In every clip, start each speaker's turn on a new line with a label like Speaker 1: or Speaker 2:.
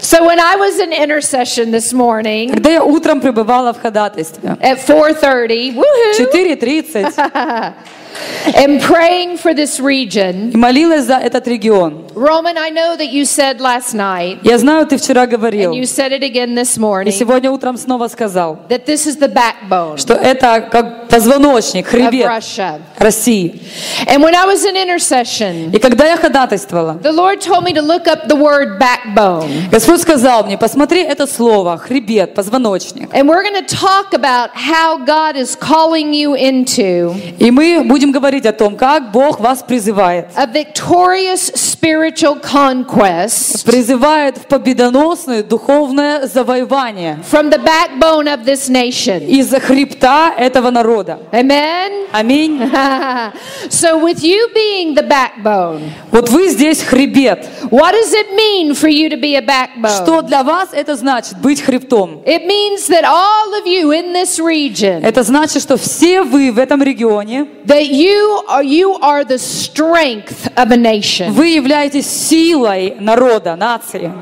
Speaker 1: So when I was in intercession this morning
Speaker 2: Когда я утром пребывала в ходатайстве.
Speaker 1: at 4:30, woohoo,
Speaker 2: 4.30.
Speaker 1: and praying for this region.
Speaker 2: И молилась за этот регион.
Speaker 1: Roman, I know that you said last night,
Speaker 2: Я знаю, ты вчера
Speaker 1: and
Speaker 2: говорил,
Speaker 1: you
Speaker 2: и
Speaker 1: said it again this morning,
Speaker 2: сегодня утром снова сказал,
Speaker 1: that this is the backbone
Speaker 2: что это как позвоночник,
Speaker 1: of
Speaker 2: хребет
Speaker 1: Russia.
Speaker 2: России.
Speaker 1: And when I was in intercession,
Speaker 2: И когда я ходатайствовала,
Speaker 1: the Lord told me to look up the word backbone.
Speaker 2: Господь сказал мне, посмотри это слово, хребет, позвоночник.
Speaker 1: And we're going to talk about how God is calling you into
Speaker 2: И мы будем говорить о том, как Бог вас призывает.
Speaker 1: a victorious spiritual conquest
Speaker 2: Призывает в победоносное духовное завоевание
Speaker 1: from the backbone of this nation.
Speaker 2: из хребта этого народа.
Speaker 1: Amen.
Speaker 2: Аминь.
Speaker 1: so, with you being the backbone,
Speaker 2: Вот вы здесь хребет.
Speaker 1: what does it mean for you to be a backbone?
Speaker 2: Что для вас это значит быть хребтом?
Speaker 1: It means that all of you in this region,
Speaker 2: Это значит, что все вы в этом регионе,
Speaker 1: that you are you are the strength of a nation.
Speaker 2: вы являетесь силой народа, нации.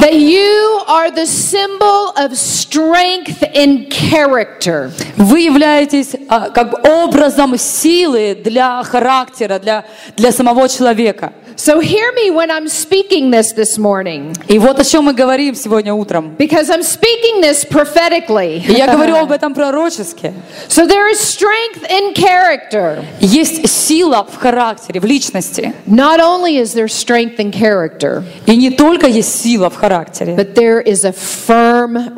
Speaker 1: That you are the symbol of strength in character.
Speaker 2: Вы являетесь а, как бы образом силы для характера, для, для самого человека.
Speaker 1: So hear me when I'm speaking this this morning,
Speaker 2: И вот о чем мы говорим сегодня утром.
Speaker 1: because I'm speaking this prophetically.
Speaker 2: И я говорю об этом пророчески.
Speaker 1: So there is strength in character.
Speaker 2: Есть сила в характере, в личности.
Speaker 1: Not only is there strength in character,
Speaker 2: И не только есть сила в характере,
Speaker 1: but there is a firm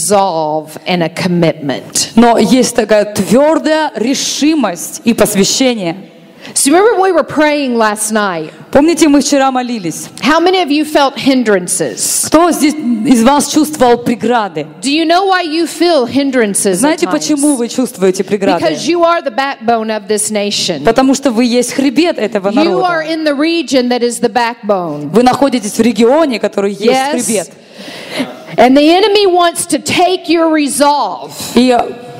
Speaker 1: resolve and a commitment.
Speaker 2: но есть такая твердая решимость и посвящение.
Speaker 1: So remember when we were praying last night,
Speaker 2: Помните, мы вчера молились.
Speaker 1: how many of you felt hindrances?
Speaker 2: Кто здесь из вас чувствовал преграды?
Speaker 1: Do you know why you feel hindrances? at
Speaker 2: Знаете,
Speaker 1: times?
Speaker 2: почему вы чувствуете преграды?
Speaker 1: Because you are the backbone of this nation.
Speaker 2: Потому что вы есть хребет этого
Speaker 1: You are
Speaker 2: народа.
Speaker 1: in the region that is the backbone.
Speaker 2: Вы находитесь в регионе, который есть
Speaker 1: Yes.
Speaker 2: хребет.
Speaker 1: And the enemy wants to take your resolve.
Speaker 2: И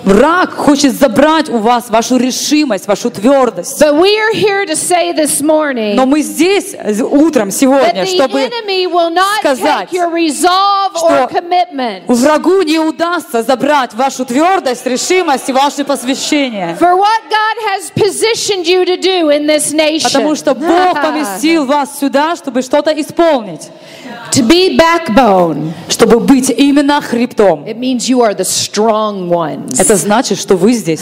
Speaker 2: враг хочет забрать у вас вашу решимость, вашу твердость.
Speaker 1: So we are here to say this morning
Speaker 2: Но мы здесь э, утром
Speaker 1: that
Speaker 2: сегодня,
Speaker 1: the
Speaker 2: чтобы
Speaker 1: enemy will not
Speaker 2: сказать,
Speaker 1: take your resolve or
Speaker 2: что
Speaker 1: commitment.
Speaker 2: врагу не удастся забрать вашу твердость, решимость и ваше посвящение.
Speaker 1: For what God has positioned you to do in this nation.
Speaker 2: Потому что Бог поместил вас сюда, чтобы что-то исполнить.
Speaker 1: to be backbone,
Speaker 2: Чтобы быть именно хребтом.
Speaker 1: it means you are the strong ones.
Speaker 2: Это значит, что вы здесь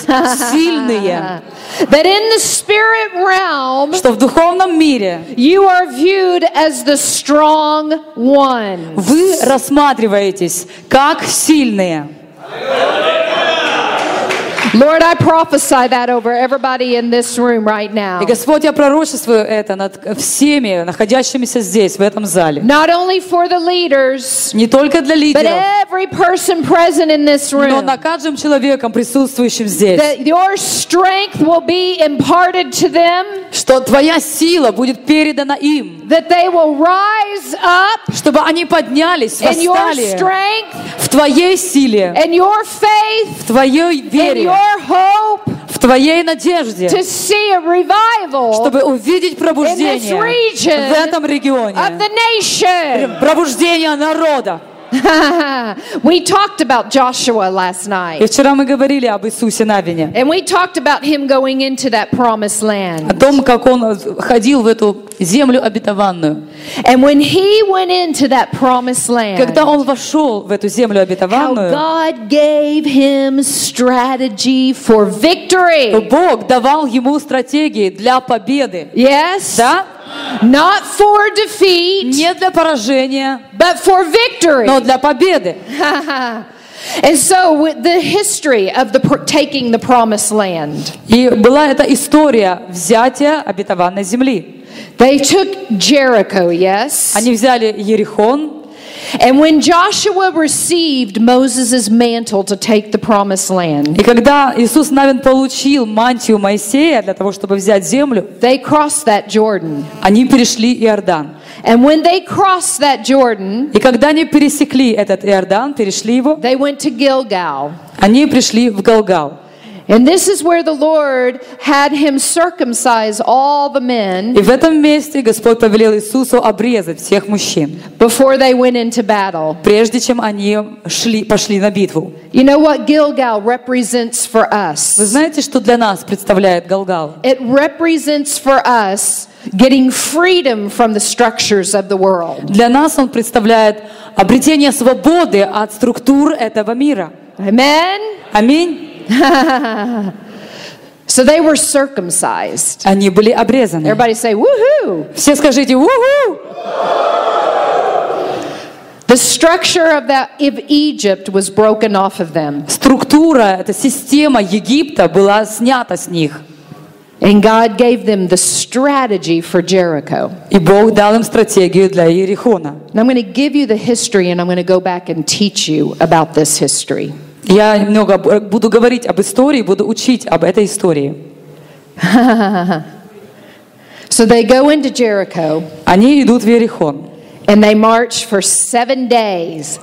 Speaker 2: сильные,
Speaker 1: That in the spirit realm,
Speaker 2: что в духовном мире
Speaker 1: You are viewed as the strong one.
Speaker 2: вы рассматриваетесь как сильные.
Speaker 1: Lord, I prophesy that over everybody in this room right now.
Speaker 2: И Господь, я пророчествую это над всеми находящимися здесь, в этом зале.
Speaker 1: Not only for the leaders,
Speaker 2: Не только для
Speaker 1: but
Speaker 2: лидеров,
Speaker 1: every person present in this
Speaker 2: но
Speaker 1: room.
Speaker 2: на каждым человеком, присутствующим здесь.
Speaker 1: That your strength will be imparted to them,
Speaker 2: Что твоя сила будет передана им.
Speaker 1: that they will rise up
Speaker 2: Чтобы они поднялись,
Speaker 1: in your
Speaker 2: восстали
Speaker 1: strength
Speaker 2: в твоей силе,
Speaker 1: and your faith
Speaker 2: в твоей
Speaker 1: and
Speaker 2: вере,
Speaker 1: your hope
Speaker 2: в твоей надежде,
Speaker 1: to see a revival
Speaker 2: чтобы увидеть пробуждение
Speaker 1: region
Speaker 2: в этом
Speaker 1: of
Speaker 2: регионе.
Speaker 1: the nation. Uh,
Speaker 2: Пробуждение народа.
Speaker 1: we talked about Joshua last night.
Speaker 2: И вчера мы говорили об Иисусе Навине,
Speaker 1: And we talked about him going into that promised
Speaker 2: о
Speaker 1: land.
Speaker 2: том, как он ходил в эту землю обетованную.
Speaker 1: And when he went into that promised land,
Speaker 2: Когда он вошел в эту землю
Speaker 1: how
Speaker 2: обетованную,
Speaker 1: God gave him strategy for victory.
Speaker 2: Бог давал ему стратегии для победы.
Speaker 1: Yes?
Speaker 2: Да?
Speaker 1: Not for defeat,
Speaker 2: Не для поражения,
Speaker 1: but for victory.
Speaker 2: но для победы.
Speaker 1: and so, with the history of the pr- taking the promised land,
Speaker 2: И была эта история взятия обетованной земли.
Speaker 1: they took Jericho, yes?
Speaker 2: Они взяли Ерихон,
Speaker 1: And when Joshua received Moses' mantle to take the promised land,
Speaker 2: и когда Иисус Навин получил мантию Моисея для того, чтобы взять землю,
Speaker 1: they crossed that Jordan.
Speaker 2: они перешли Иордан.
Speaker 1: And when they crossed that Jordan,
Speaker 2: И когда они пересекли этот Иордан, перешли его,
Speaker 1: they went to Gilgal.
Speaker 2: они пришли в Галгал.
Speaker 1: And this is where the Lord had him circumcise all the men
Speaker 2: И в этом месте Господь повелел Иисусу обрезать всех мужчин,
Speaker 1: before they went into battle.
Speaker 2: прежде чем они шли, пошли на битву.
Speaker 1: You know what Gilgal represents for
Speaker 2: Вы
Speaker 1: us?
Speaker 2: знаете, что для нас представляет Галгал?
Speaker 1: It represents for us getting freedom from the structures of the world.
Speaker 2: Для нас он представляет обретение свободы от структур этого мира.
Speaker 1: Amen?
Speaker 2: Аминь.
Speaker 1: So they were circumcised.
Speaker 2: Они были обрезаны.
Speaker 1: Everybody say, woohoo!
Speaker 2: Все скажите «Уху!»
Speaker 1: The structure of, that, of Egypt was broken off of them.
Speaker 2: Структура, эта система Египта была снята с них.
Speaker 1: And God gave them the strategy for Jericho.
Speaker 2: И Бог дал им стратегию для Иерихона.
Speaker 1: And I'm going to give you the history and I'm going to go back and teach you about this history.
Speaker 2: Я немного об- буду говорить об истории, буду учить об этой истории.
Speaker 1: So they go into Jericho
Speaker 2: Они идут в Иерихон.
Speaker 1: and they march for seven days,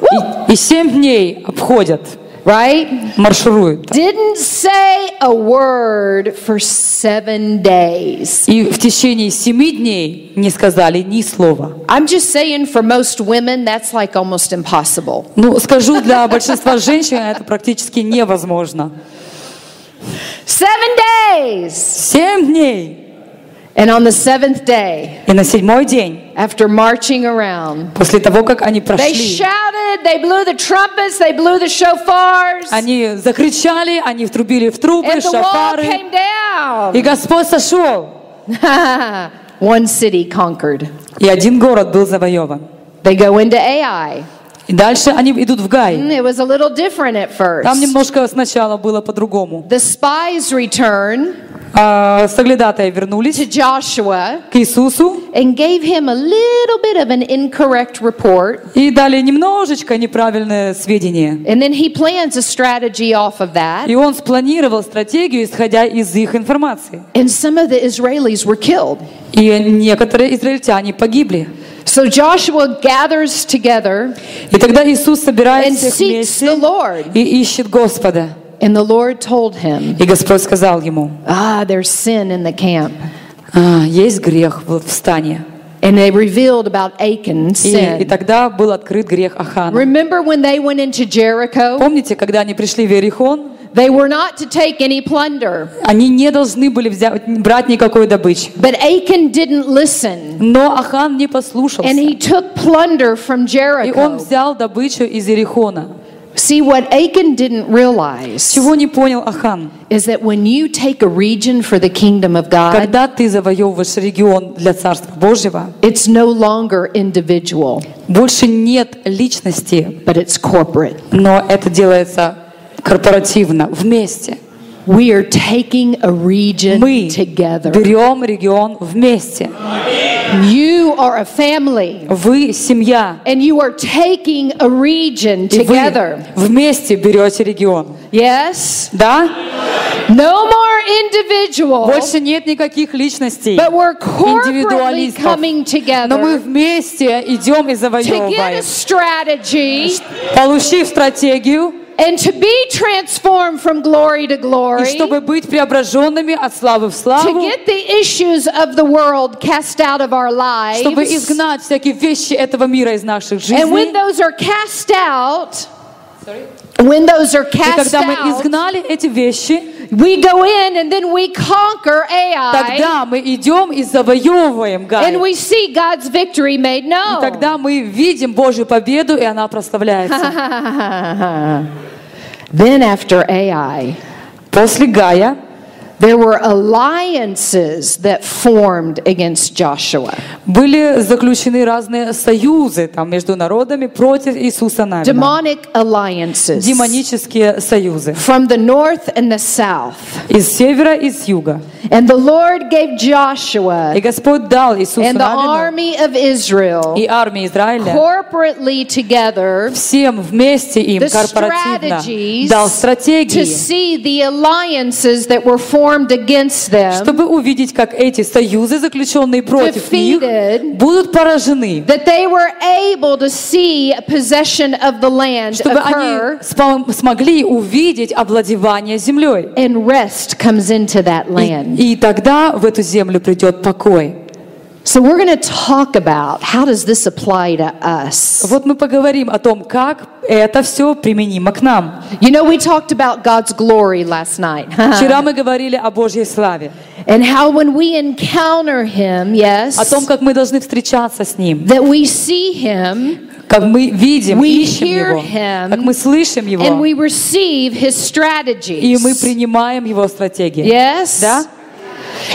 Speaker 2: И, и семь дней обходят,
Speaker 1: right?
Speaker 2: маршируют.
Speaker 1: Didn't say a word for seven days.
Speaker 2: И в течение семи дней не сказали ни слова.
Speaker 1: I'm just saying, for most women, that's like almost impossible.
Speaker 2: Ну, скажу, для большинства женщин это практически невозможно.
Speaker 1: Seven days!
Speaker 2: Семь дней.
Speaker 1: And on the seventh day,
Speaker 2: И на седьмой день,
Speaker 1: after marching around,
Speaker 2: после того, как они
Speaker 1: They
Speaker 2: прошли,
Speaker 1: shouted, they blew the trumpets, they blew the shofars,
Speaker 2: они закричали, они втрубили в трубы,
Speaker 1: and the wall
Speaker 2: шафары.
Speaker 1: came down.
Speaker 2: И Господь сошел.
Speaker 1: One city conquered.
Speaker 2: И один город был завоеван.
Speaker 1: They go into Ai.
Speaker 2: И дальше они идут в Гай.
Speaker 1: It was a little different at
Speaker 2: Там
Speaker 1: first.
Speaker 2: немножко сначала было по-другому.
Speaker 1: The spies return
Speaker 2: А, соглядатаи вернулись
Speaker 1: to Joshua
Speaker 2: к Иисусу
Speaker 1: and gave him a little bit of an incorrect report.
Speaker 2: и дали немножечко неправильное сведение.
Speaker 1: And then he plans a strategy off of that.
Speaker 2: И он спланировал стратегию, исходя из их информации.
Speaker 1: And some of the Israelis were killed.
Speaker 2: И некоторые израильтяне погибли.
Speaker 1: So Joshua gathers together
Speaker 2: И тогда Иисус собирает
Speaker 1: and
Speaker 2: всех
Speaker 1: seeks
Speaker 2: вместе
Speaker 1: the Lord.
Speaker 2: и ищет Господа.
Speaker 1: And the Lord told him,
Speaker 2: И Господь сказал ему,
Speaker 1: Ah, there's sin in the camp.
Speaker 2: «А, есть грех в в стане.
Speaker 1: And they revealed about Achan's
Speaker 2: И, и
Speaker 1: sin.
Speaker 2: тогда был открыт грех Ахана.
Speaker 1: Remember when they went into Jericho?
Speaker 2: Помните, когда они пришли в Иерихон,
Speaker 1: They were not to take any plunder.
Speaker 2: они не должны были взять, брать никакой добычи.
Speaker 1: But Achan didn't listen.
Speaker 2: Но Ахан не послушался.
Speaker 1: And he took plunder from
Speaker 2: И он
Speaker 1: Jericho.
Speaker 2: взял добычу из Иерихона.
Speaker 1: See, what Achan didn't realize
Speaker 2: Чего не понял Ахан?
Speaker 1: is that when you take a region for the kingdom of God,
Speaker 2: Когда ты завоевываешь регион для Царства Божьего,
Speaker 1: it's no longer individual,
Speaker 2: больше нет личности,
Speaker 1: but it's corporate.
Speaker 2: но это делается корпоративно, вместе.
Speaker 1: We are taking a region
Speaker 2: Мы
Speaker 1: together.
Speaker 2: берем регион вместе.
Speaker 1: You are a family.
Speaker 2: Вы семья.
Speaker 1: and you are taking a region
Speaker 2: И вы
Speaker 1: together.
Speaker 2: вместе берете регион.
Speaker 1: Yes?
Speaker 2: Да?
Speaker 1: No more individual,
Speaker 2: Больше нет никаких личностей,
Speaker 1: but we're corporately
Speaker 2: индивидуалистов.
Speaker 1: coming
Speaker 2: Но мы
Speaker 1: together
Speaker 2: вместе идем и
Speaker 1: to get a
Speaker 2: завоевываем.
Speaker 1: strategy
Speaker 2: Получив стратегию,
Speaker 1: and to be transformed from glory to
Speaker 2: и
Speaker 1: glory, to
Speaker 2: чтобы быть преображенными от славы в славу,
Speaker 1: get the issues of the world cast out of our
Speaker 2: чтобы
Speaker 1: lives.
Speaker 2: изгнать всякие вещи этого мира из наших
Speaker 1: And when
Speaker 2: жизней.
Speaker 1: those are cast out, when those are
Speaker 2: И
Speaker 1: cast
Speaker 2: когда мы
Speaker 1: out,
Speaker 2: изгнали эти вещи,
Speaker 1: we go in and then we conquer AI.
Speaker 2: тогда мы идем и завоевываем Гай.
Speaker 1: And we see God's victory made
Speaker 2: И
Speaker 1: known.
Speaker 2: тогда мы видим Божью победу, и она прославляется.
Speaker 1: Uh-huh. then after Ai,
Speaker 2: После Гая
Speaker 1: there were alliances that formed against Joshua.
Speaker 2: были заключены разные союзы там, между народами против Иисуса Навина.
Speaker 1: Demonic alliances.
Speaker 2: Демонические союзы
Speaker 1: From the north and the south.
Speaker 2: из севера и с юга.
Speaker 1: And the Lord gave
Speaker 2: И
Speaker 1: Joshua
Speaker 2: Господь дал Иисусу
Speaker 1: and the
Speaker 2: Навину
Speaker 1: army of Israel
Speaker 2: и армии Израиля
Speaker 1: corporately together
Speaker 2: всем вместе им
Speaker 1: the
Speaker 2: корпоративно
Speaker 1: strategies
Speaker 2: дал
Speaker 1: to
Speaker 2: стратегии,
Speaker 1: see the alliances that were formed against them,
Speaker 2: чтобы увидеть, как эти союзы, заключенные против
Speaker 1: Defeated.
Speaker 2: них, будут поражены,
Speaker 1: that they were able to see possession of the land
Speaker 2: чтобы
Speaker 1: occur,
Speaker 2: они спо- смогли увидеть овладевание землей.
Speaker 1: and rest comes into that land.
Speaker 2: И, и тогда в эту землю придет покой.
Speaker 1: So we're going to talk about how does this apply to us.
Speaker 2: Вот мы поговорим о том, как это все применимо к нам.
Speaker 1: You know, we talked about God's glory last night,
Speaker 2: Вчера мы говорили о Божьей славе,
Speaker 1: and how when we encounter Him, yes,
Speaker 2: о том, как мы должны встречаться с Ним,
Speaker 1: that we see Him
Speaker 2: как мы видим,
Speaker 1: We
Speaker 2: ищем
Speaker 1: hear
Speaker 2: Его,
Speaker 1: him,
Speaker 2: как мы слышим
Speaker 1: and
Speaker 2: Его,
Speaker 1: we receive His
Speaker 2: и мы
Speaker 1: strategies.
Speaker 2: принимаем Его стратегии.
Speaker 1: Yes.
Speaker 2: Да?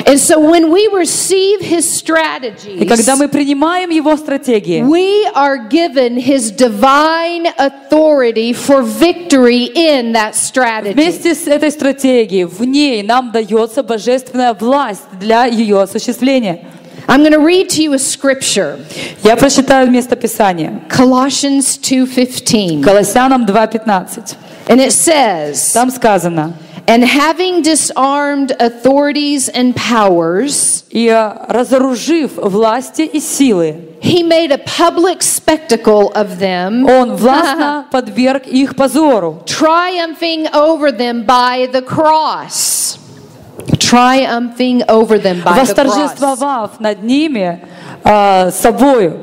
Speaker 1: And so when we receive His strategies,
Speaker 2: И когда мы принимаем Его стратегии,
Speaker 1: We are given his divine authority for victory in that strategy.
Speaker 2: Вместе с этой стратегией в ней нам дается божественная власть для ее осуществления.
Speaker 1: I'm going to read to you a scripture.
Speaker 2: Я прочитаю место Писания.
Speaker 1: Colossians 2:15.
Speaker 2: Колоссянам 2.15.
Speaker 1: And it says,
Speaker 2: Там сказано,
Speaker 1: "And having disarmed authorities and powers,
Speaker 2: «И э, разоружив власти и силы,
Speaker 1: he made a public spectacle of them,
Speaker 2: он властно подверг их позору,
Speaker 1: triumphing over them by the cross." Triumphing over them by the cross.
Speaker 2: восторжествовав над ними э, собою».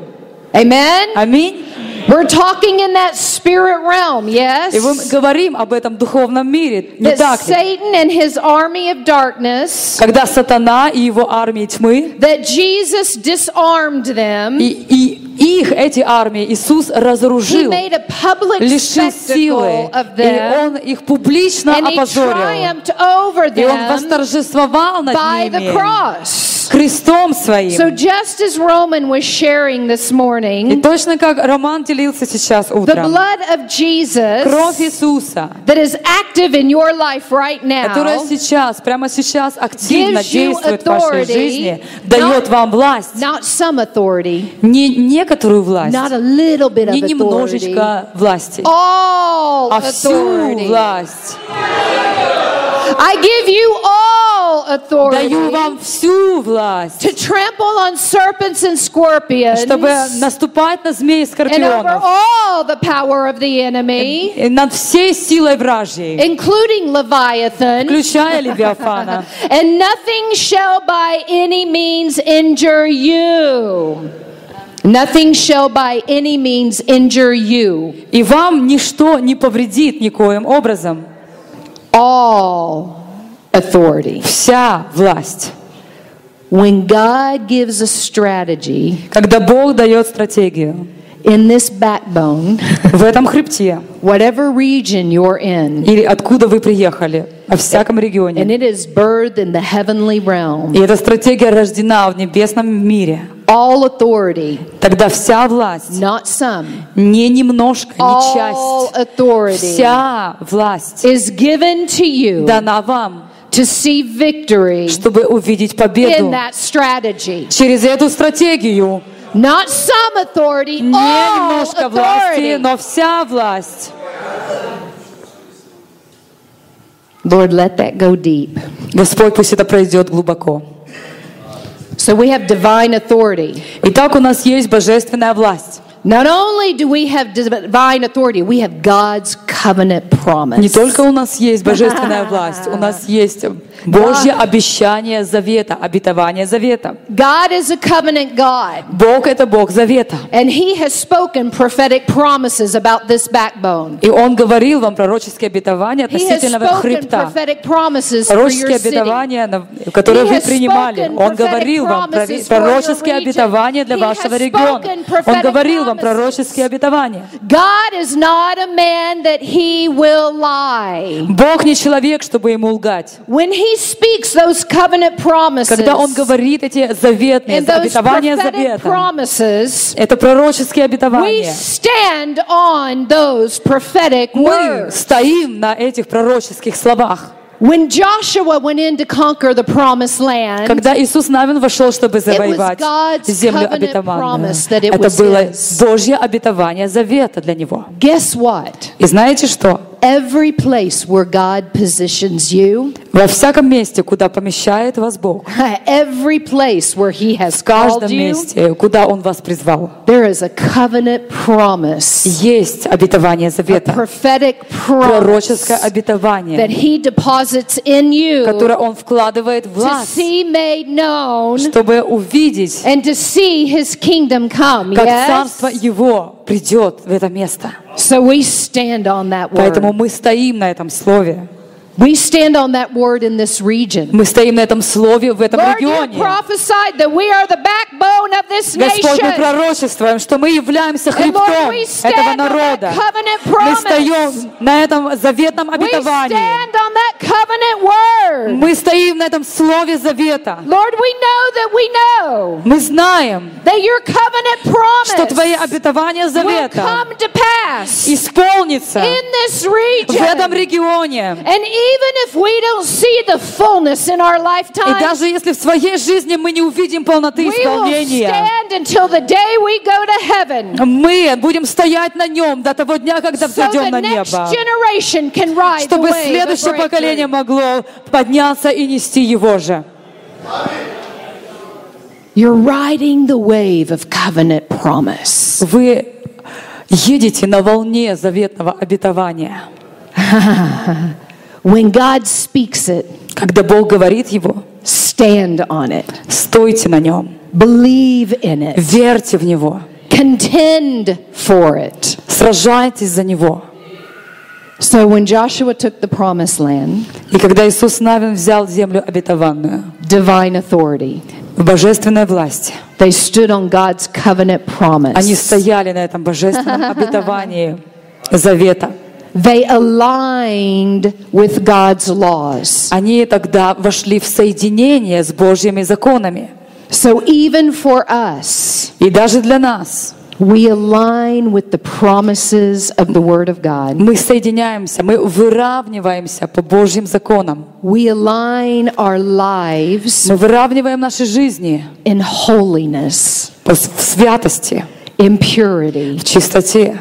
Speaker 1: Amen.
Speaker 2: Аминь.
Speaker 1: We're talking in that spirit realm, yes?
Speaker 2: И мы говорим об этом духовном мире. Не
Speaker 1: That
Speaker 2: так ли?
Speaker 1: Satan and his army of darkness,
Speaker 2: Когда сатана и его армии тьмы
Speaker 1: that Jesus disarmed them,
Speaker 2: И, и их, эти армии, Иисус
Speaker 1: he
Speaker 2: разоружил,
Speaker 1: made a public
Speaker 2: лишил силы,
Speaker 1: spectacle of
Speaker 2: и
Speaker 1: them,
Speaker 2: Он их публично
Speaker 1: and he
Speaker 2: опозорил,
Speaker 1: triumphed over
Speaker 2: и Он
Speaker 1: them
Speaker 2: восторжествовал над
Speaker 1: by the
Speaker 2: ними
Speaker 1: cross.
Speaker 2: крестом Своим.
Speaker 1: So just as Roman was sharing this
Speaker 2: И
Speaker 1: morning,
Speaker 2: точно как Роман делился сейчас
Speaker 1: the
Speaker 2: утром,
Speaker 1: blood of
Speaker 2: кровь
Speaker 1: Jesus
Speaker 2: Иисуса,
Speaker 1: that is active in your life right
Speaker 2: которая
Speaker 1: now
Speaker 2: сейчас, прямо сейчас активно
Speaker 1: Gives you
Speaker 2: действует в вашей
Speaker 1: authority,
Speaker 2: жизни,
Speaker 1: not-
Speaker 2: дает вам власть,
Speaker 1: Not some authority,
Speaker 2: не некоторую власть,
Speaker 1: not a little bit of
Speaker 2: не
Speaker 1: authority.
Speaker 2: немножечко власти,
Speaker 1: All
Speaker 2: а всю
Speaker 1: authority.
Speaker 2: власть.
Speaker 1: I give you all authority
Speaker 2: Даю вам всю власть.
Speaker 1: to trample on serpents and scorpions
Speaker 2: чтобы наступать на змеи и
Speaker 1: and over
Speaker 2: скорпионов
Speaker 1: all the power of the enemy,
Speaker 2: и над всей силой вражьей,
Speaker 1: including Leviathan.
Speaker 2: включая Левиафана.
Speaker 1: And nothing shall by any means injure you. Nothing shall by any means injure you.
Speaker 2: И вам ничто не повредит никоим образом.
Speaker 1: All authority.
Speaker 2: Вся власть.
Speaker 1: When God gives a strategy
Speaker 2: Когда Бог дает стратегию
Speaker 1: in this backbone,
Speaker 2: в этом хребте,
Speaker 1: whatever region you're in,
Speaker 2: или откуда вы приехали, во всяком
Speaker 1: And
Speaker 2: регионе.
Speaker 1: it is birthed in the heavenly realm.
Speaker 2: И эта стратегия рождена в небесном мире.
Speaker 1: All authority,
Speaker 2: Тогда вся власть,
Speaker 1: not some,
Speaker 2: не немножко, не
Speaker 1: all
Speaker 2: часть,
Speaker 1: authority
Speaker 2: вся власть
Speaker 1: is given to you
Speaker 2: дана вам,
Speaker 1: to see victory
Speaker 2: чтобы увидеть
Speaker 1: in
Speaker 2: победу.
Speaker 1: that strategy.
Speaker 2: через эту стратегию.
Speaker 1: Not some authority,
Speaker 2: Не
Speaker 1: all
Speaker 2: немножко власти,
Speaker 1: authority.
Speaker 2: но вся власть.
Speaker 1: Lord, let that go deep.
Speaker 2: Господь, пусть это пройдет глубоко.
Speaker 1: So we have divine authority.
Speaker 2: Итак, у нас есть божественная власть.
Speaker 1: Not only do we have divine authority, we have God's covenant
Speaker 2: Не
Speaker 1: promise.
Speaker 2: только у нас есть божественная власть, у нас есть Божье обещание завета, обетование завета.
Speaker 1: God is a covenant God.
Speaker 2: Бог — это Бог завета.
Speaker 1: And he has spoken prophetic promises about this backbone.
Speaker 2: И Он говорил вам пророческие обетования
Speaker 1: He has
Speaker 2: относительно
Speaker 1: spoken
Speaker 2: хребта.
Speaker 1: prophetic promises for
Speaker 2: Пророческие
Speaker 1: your city.
Speaker 2: обетования, на- которые
Speaker 1: He
Speaker 2: вы
Speaker 1: has
Speaker 2: принимали.
Speaker 1: spoken
Speaker 2: Он
Speaker 1: prophetic
Speaker 2: говорил вам про-
Speaker 1: promises for
Speaker 2: пророческие
Speaker 1: your region.
Speaker 2: обетования для
Speaker 1: He
Speaker 2: вашего
Speaker 1: has
Speaker 2: региона.
Speaker 1: spoken
Speaker 2: Он
Speaker 1: prophetic
Speaker 2: говорил вам
Speaker 1: promises.
Speaker 2: пророческие обетования.
Speaker 1: God is not a man that he will lie.
Speaker 2: Бог не человек, чтобы ему лгать.
Speaker 1: When he speaks those covenant promises
Speaker 2: Когда Он говорит эти заветные
Speaker 1: and those
Speaker 2: обетования
Speaker 1: prophetic
Speaker 2: завета,
Speaker 1: promises,
Speaker 2: это пророческие
Speaker 1: we
Speaker 2: обетования.
Speaker 1: stand on those prophetic
Speaker 2: Мы
Speaker 1: words.
Speaker 2: стоим на этих пророческих словах.
Speaker 1: When Joshua went in to conquer the promised land,
Speaker 2: Когда Иисус Навин вошел, чтобы завоевать
Speaker 1: God's
Speaker 2: землю
Speaker 1: covenant
Speaker 2: обетованную,
Speaker 1: promise that it
Speaker 2: это
Speaker 1: was
Speaker 2: было
Speaker 1: His.
Speaker 2: Божье обетование завета для него.
Speaker 1: guess what?
Speaker 2: И знаете что?
Speaker 1: every place where God positions you,
Speaker 2: Во всяком месте, куда помещает вас Бог,
Speaker 1: every place where He has
Speaker 2: в каждом
Speaker 1: called you,
Speaker 2: месте, куда Он вас призвал,
Speaker 1: there is a covenant promise,
Speaker 2: есть обетование
Speaker 1: a
Speaker 2: завета,
Speaker 1: prophetic promise
Speaker 2: пророческое обетование,
Speaker 1: that He deposits in you
Speaker 2: которое Он вкладывает в
Speaker 1: to
Speaker 2: вас,
Speaker 1: see made known
Speaker 2: чтобы увидеть,
Speaker 1: and to see His kingdom come.
Speaker 2: как
Speaker 1: Yes?
Speaker 2: Царство Его придет в это место.
Speaker 1: So we stand on that
Speaker 2: Поэтому
Speaker 1: word.
Speaker 2: мы стоим на этом слове.
Speaker 1: We stand on that word in this region.
Speaker 2: Мы стоим на этом слове в этом
Speaker 1: Lord, you
Speaker 2: регионе.
Speaker 1: prophesied that we are the backbone of this
Speaker 2: Господь, мы
Speaker 1: nation.
Speaker 2: пророчествуем, что мы являемся
Speaker 1: And Lord,
Speaker 2: хребтом
Speaker 1: we
Speaker 2: этого
Speaker 1: stand on that
Speaker 2: народа.
Speaker 1: covenant
Speaker 2: Мы
Speaker 1: promise.
Speaker 2: стоим на этом заветном
Speaker 1: We
Speaker 2: обетовании.
Speaker 1: stand on that covenant word.
Speaker 2: Мы стоим на этом слове завета.
Speaker 1: Lord, we know that we know
Speaker 2: Мы знаем,
Speaker 1: that your covenant
Speaker 2: что твои
Speaker 1: promise
Speaker 2: обетования
Speaker 1: will
Speaker 2: завета
Speaker 1: come to pass in
Speaker 2: исполнятся
Speaker 1: this
Speaker 2: в этом
Speaker 1: region.
Speaker 2: регионе.
Speaker 1: And even if we don't see the fullness in our
Speaker 2: И
Speaker 1: lifetime,
Speaker 2: даже если в своей жизни мы не увидим полноты
Speaker 1: we will
Speaker 2: исполнения,
Speaker 1: stand until the day we go to heaven.
Speaker 2: мы будем стоять на нем до того дня, когда
Speaker 1: So
Speaker 2: взойдем
Speaker 1: the
Speaker 2: на
Speaker 1: next
Speaker 2: небо.
Speaker 1: generation can ride the
Speaker 2: чтобы
Speaker 1: wave of
Speaker 2: следующее поколение
Speaker 1: breakthrough.
Speaker 2: могло подняться и нести его же.
Speaker 1: You're riding the wave of covenant promise.
Speaker 2: Вы едете на волне заветного обетования.
Speaker 1: When God speaks it,
Speaker 2: Когда Бог говорит его,
Speaker 1: stand on it.
Speaker 2: стойте на нем,
Speaker 1: Believe in it.
Speaker 2: верьте в него,
Speaker 1: Contend for it.
Speaker 2: сражайтесь за него.
Speaker 1: So when Joshua took the promised land,
Speaker 2: И когда Иисус Навин взял землю обетованную
Speaker 1: divine authority,
Speaker 2: в божественной власти,
Speaker 1: they stood on God's covenant promise.
Speaker 2: они стояли на этом божественном обетовании завета.
Speaker 1: They aligned with God's laws.
Speaker 2: Они тогда вошли в соединение с Божьими законами.
Speaker 1: So even for us,
Speaker 2: И даже для нас
Speaker 1: We align with the promises of the Word of God.
Speaker 2: Мы соединяемся, мы выравниваемся по Божьим законам.
Speaker 1: We align our lives
Speaker 2: Мы выравниваем наши жизни
Speaker 1: in holiness,
Speaker 2: в святости,
Speaker 1: in purity.
Speaker 2: в чистоте.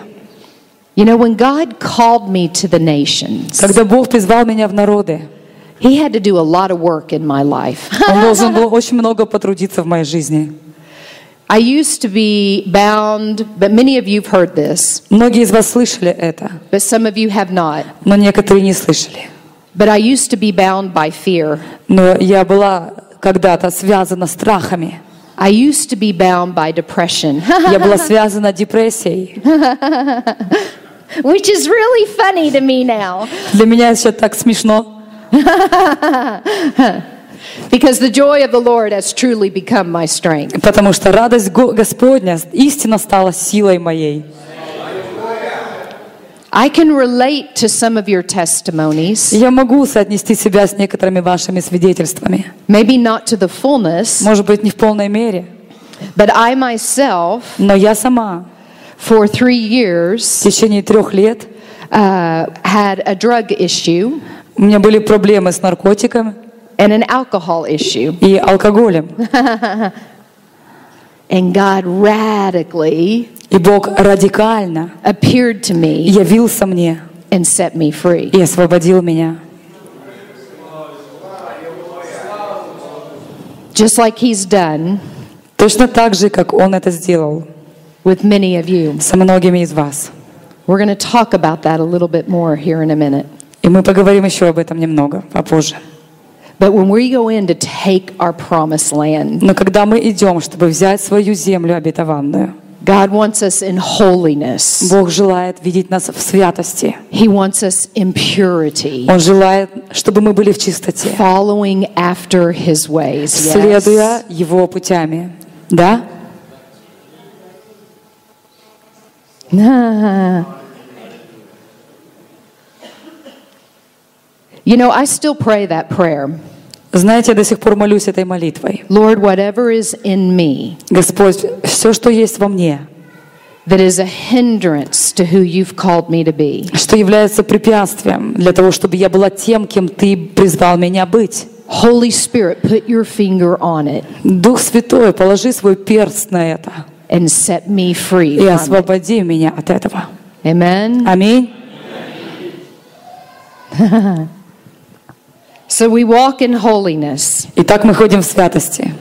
Speaker 1: You know, when God called me to the nations,
Speaker 2: Когда Бог призвал меня в народы,
Speaker 1: He had to do a lot of work in my life.
Speaker 2: Он должен был очень много потрудиться в моей жизни.
Speaker 1: I used to be bound, but many of you have heard this,
Speaker 2: Многие из вас слышали это,
Speaker 1: but some of you have not.
Speaker 2: но некоторые не слышали.
Speaker 1: But I used to be bound by fear.
Speaker 2: Но я была когда-то связана страхами.
Speaker 1: I used to be bound by depression,
Speaker 2: Я была связана депрессией.
Speaker 1: which is really funny to me now.
Speaker 2: Для меня это так смешно,
Speaker 1: Because the joy of the Lord has truly become my strength.
Speaker 2: потому что радость Го- Господня истинно стала силой моей.
Speaker 1: I can relate to some of your testimonies,
Speaker 2: Я могу соотнести себя с некоторыми вашими свидетельствами.
Speaker 1: maybe not to the fullness,
Speaker 2: Может быть, не в полной мере,
Speaker 1: but I myself,
Speaker 2: но я сама
Speaker 1: for three
Speaker 2: в
Speaker 1: years,
Speaker 2: течение трех лет
Speaker 1: uh, had a drug issue
Speaker 2: у меня были проблемы с наркотиками
Speaker 1: and an alcohol issue.
Speaker 2: и алкоголем.
Speaker 1: And God radically
Speaker 2: И Бог радикально
Speaker 1: appeared to me
Speaker 2: явился мне
Speaker 1: and set me free.
Speaker 2: и освободил меня.
Speaker 1: Just like He's done
Speaker 2: Точно так же, как Он это сделал
Speaker 1: with many of you.
Speaker 2: со многими из вас.
Speaker 1: We're going to talk about that a little bit more here in a minute.
Speaker 2: И мы поговорим еще об этом немного попозже.
Speaker 1: But when we go in to take our promised land,
Speaker 2: Но когда мы идем, чтобы взять свою землю обетованную,
Speaker 1: God wants us in holiness.
Speaker 2: Бог желает видеть нас в святости.
Speaker 1: He wants us in purity,
Speaker 2: Он желает, чтобы мы были в чистоте.
Speaker 1: following after His ways. Yes.
Speaker 2: следуя его путями. Да?
Speaker 1: You know, I still pray that prayer.
Speaker 2: Знаете, я до сих пор молюсь этой молитвой.
Speaker 1: Lord, whatever is in me
Speaker 2: Господь, все, что есть во мне,
Speaker 1: that is a hindrance to who you've called me to be,
Speaker 2: что является препятствием для того, чтобы я была тем, кем Ты призвал меня быть.
Speaker 1: Holy Spirit, put your finger on it
Speaker 2: Дух Святой, положи свой перст на это
Speaker 1: and set me free.
Speaker 2: и
Speaker 1: from it.
Speaker 2: освободи меня от этого.
Speaker 1: Amen.
Speaker 2: Аминь.
Speaker 1: So we walk in holiness.
Speaker 2: Итак, мы ходим в святости.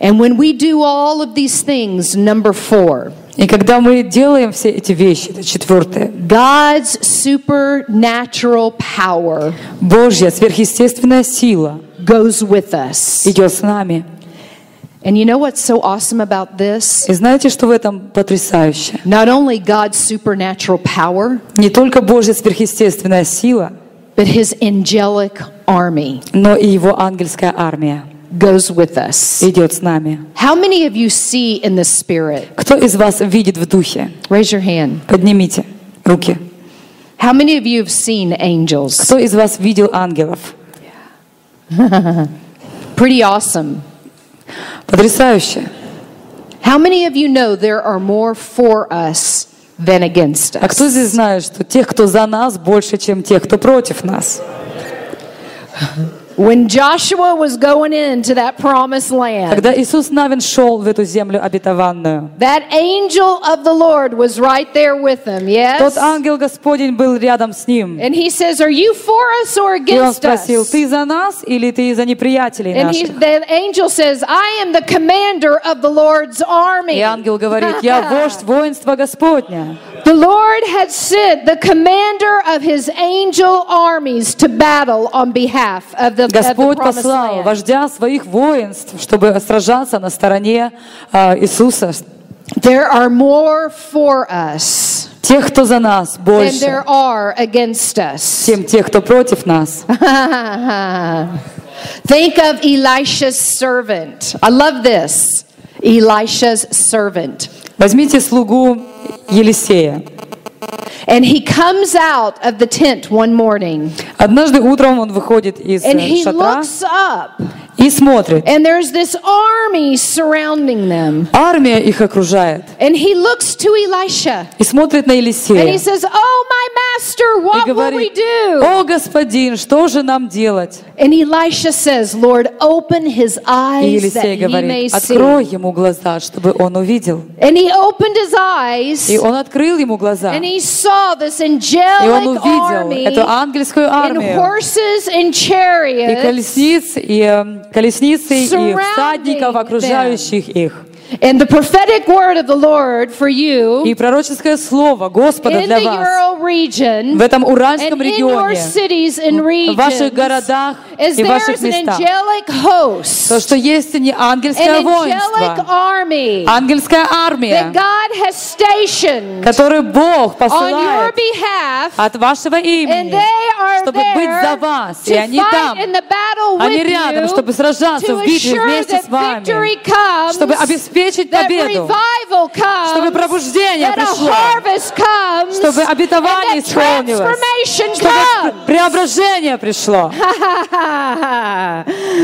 Speaker 1: And when we do all of these things, number four,
Speaker 2: И когда мы делаем все эти вещи, это четвертое,
Speaker 1: God's supernatural power
Speaker 2: Божья сверхъестественная сила
Speaker 1: goes with us.
Speaker 2: идет с нами.
Speaker 1: And you know what's so awesome about this?
Speaker 2: И знаете, что в этом потрясающе?
Speaker 1: Not only God's supernatural power,
Speaker 2: Не только Божья сверхъестественная сила,
Speaker 1: but his angelic army
Speaker 2: но и Его ангельская армия
Speaker 1: goes with us.
Speaker 2: идет с нами.
Speaker 1: How many of you see in the spirit?
Speaker 2: Кто из вас видит в духе?
Speaker 1: Raise your hand.
Speaker 2: Поднимите руки.
Speaker 1: How many of you have seen angels?
Speaker 2: Кто из вас видел ангелов?
Speaker 1: Pretty awesome.
Speaker 2: Потрясающе.
Speaker 1: How many of you know there are more for us than against
Speaker 2: А кто
Speaker 1: us?
Speaker 2: здесь знает, что тех, кто за нас, больше, чем тех, кто против нас?
Speaker 1: When Joshua was going into that promised land,
Speaker 2: Когда Иисус Навин шел в эту землю обетованную,
Speaker 1: that angel of the Lord was right there with him,
Speaker 2: тот
Speaker 1: yes?
Speaker 2: ангел Господень был рядом с ним.
Speaker 1: And he says, Are you for us or
Speaker 2: И он
Speaker 1: against us?
Speaker 2: спросил, ты за нас или ты за неприятелей
Speaker 1: And he,
Speaker 2: наших?
Speaker 1: the angel says, I am the commander of the Lord's army.
Speaker 2: И ангел говорит, я вождь воинства Господня.
Speaker 1: The Lord had sent the commander of his angel armies to battle on behalf of the, of the
Speaker 2: Господь
Speaker 1: promised
Speaker 2: послал
Speaker 1: land.
Speaker 2: вождя своих воинств, чтобы сражаться на стороне а, Иисуса.
Speaker 1: There are more for us
Speaker 2: Тех, кто за нас,
Speaker 1: than
Speaker 2: больше,
Speaker 1: there are against us.
Speaker 2: чем тех, кто против нас.
Speaker 1: Think of Elisha's servant. I love this. Elisha's servant.
Speaker 2: Возьмите слугу Елисея.
Speaker 1: And he comes out of the tent one morning
Speaker 2: Однажды утром он выходит из
Speaker 1: and
Speaker 2: э,
Speaker 1: he
Speaker 2: шатра
Speaker 1: looks up
Speaker 2: и смотрит.
Speaker 1: and there's this army surrounding them.
Speaker 2: Армия их окружает.
Speaker 1: And he looks to Elisha
Speaker 2: И смотрит на
Speaker 1: and he
Speaker 2: Елисея.
Speaker 1: says, Oh, my master,
Speaker 2: И
Speaker 1: what will we
Speaker 2: говорит,
Speaker 1: do?
Speaker 2: о, господин, что же нам делать?
Speaker 1: And Elisha says, Lord, open his
Speaker 2: И
Speaker 1: eyes that
Speaker 2: Елисей
Speaker 1: he may
Speaker 2: говорит,
Speaker 1: see.
Speaker 2: открой ему глаза, чтобы он увидел.
Speaker 1: And he opened his eyes
Speaker 2: И он открыл ему глаза.
Speaker 1: and
Speaker 2: И
Speaker 1: he saw this
Speaker 2: он
Speaker 1: angelic
Speaker 2: увидел
Speaker 1: army
Speaker 2: эту ангельскую
Speaker 1: in
Speaker 2: армию.
Speaker 1: horses and
Speaker 2: И
Speaker 1: chariots.
Speaker 2: колесниц, и э, колесницы, и
Speaker 1: Surrounding
Speaker 2: всадников,
Speaker 1: them.
Speaker 2: окружающих их.
Speaker 1: And the prophetic word of the Lord for you
Speaker 2: И пророческое слово Господа
Speaker 1: in the
Speaker 2: для вас
Speaker 1: Ural region
Speaker 2: в этом Уральском
Speaker 1: and in your
Speaker 2: регионе,
Speaker 1: cities and
Speaker 2: в ваших
Speaker 1: regions
Speaker 2: городах
Speaker 1: is
Speaker 2: и
Speaker 1: there
Speaker 2: ваших
Speaker 1: is an
Speaker 2: местах.
Speaker 1: angelic
Speaker 2: То,
Speaker 1: host,
Speaker 2: что есть не ангельское
Speaker 1: an angelic
Speaker 2: воинство,
Speaker 1: army
Speaker 2: Ah, ангельская
Speaker 1: that
Speaker 2: армия,
Speaker 1: God has stationed
Speaker 2: которую
Speaker 1: on
Speaker 2: Бог
Speaker 1: your
Speaker 2: посылает
Speaker 1: behalf,
Speaker 2: от вашего
Speaker 1: and
Speaker 2: имени,
Speaker 1: they are
Speaker 2: чтобы быть
Speaker 1: there
Speaker 2: за вас, и они
Speaker 1: to
Speaker 2: там.
Speaker 1: fight in the battle with
Speaker 2: Они рядом, чтобы
Speaker 1: you,
Speaker 2: сражаться
Speaker 1: to
Speaker 2: в битве
Speaker 1: assure
Speaker 2: вместе
Speaker 1: that
Speaker 2: с вами,
Speaker 1: victory comes,
Speaker 2: чтобы обеспечить
Speaker 1: that
Speaker 2: победу,
Speaker 1: revival
Speaker 2: чтобы
Speaker 1: comes,
Speaker 2: пробуждение
Speaker 1: that a
Speaker 2: пришло,
Speaker 1: harvest comes,
Speaker 2: чтобы
Speaker 1: and
Speaker 2: обетование
Speaker 1: that
Speaker 2: исполнилось,
Speaker 1: transformation
Speaker 2: чтобы
Speaker 1: comes.
Speaker 2: пр- преображение пришло.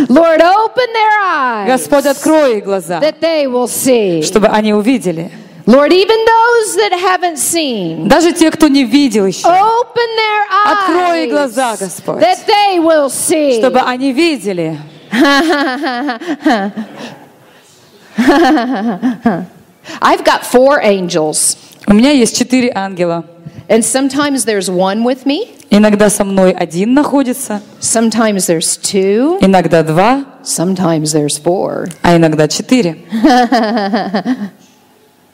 Speaker 1: Lord, open their eyes
Speaker 2: Господь, открой их глаза,
Speaker 1: that they will see.
Speaker 2: чтобы они увидели.
Speaker 1: Lord, even those that haven't seen,
Speaker 2: Даже те, кто не видел еще,
Speaker 1: open their
Speaker 2: Открой их
Speaker 1: eyes
Speaker 2: глаза, Господь.
Speaker 1: that they will see.
Speaker 2: чтобы они видели.
Speaker 1: I've got four angels,
Speaker 2: У меня есть четыре ангела.
Speaker 1: and sometimes there's one with me,
Speaker 2: Иногда со мной один находится,
Speaker 1: sometimes there's two,
Speaker 2: иногда два,
Speaker 1: sometimes there's four.
Speaker 2: а иногда четыре.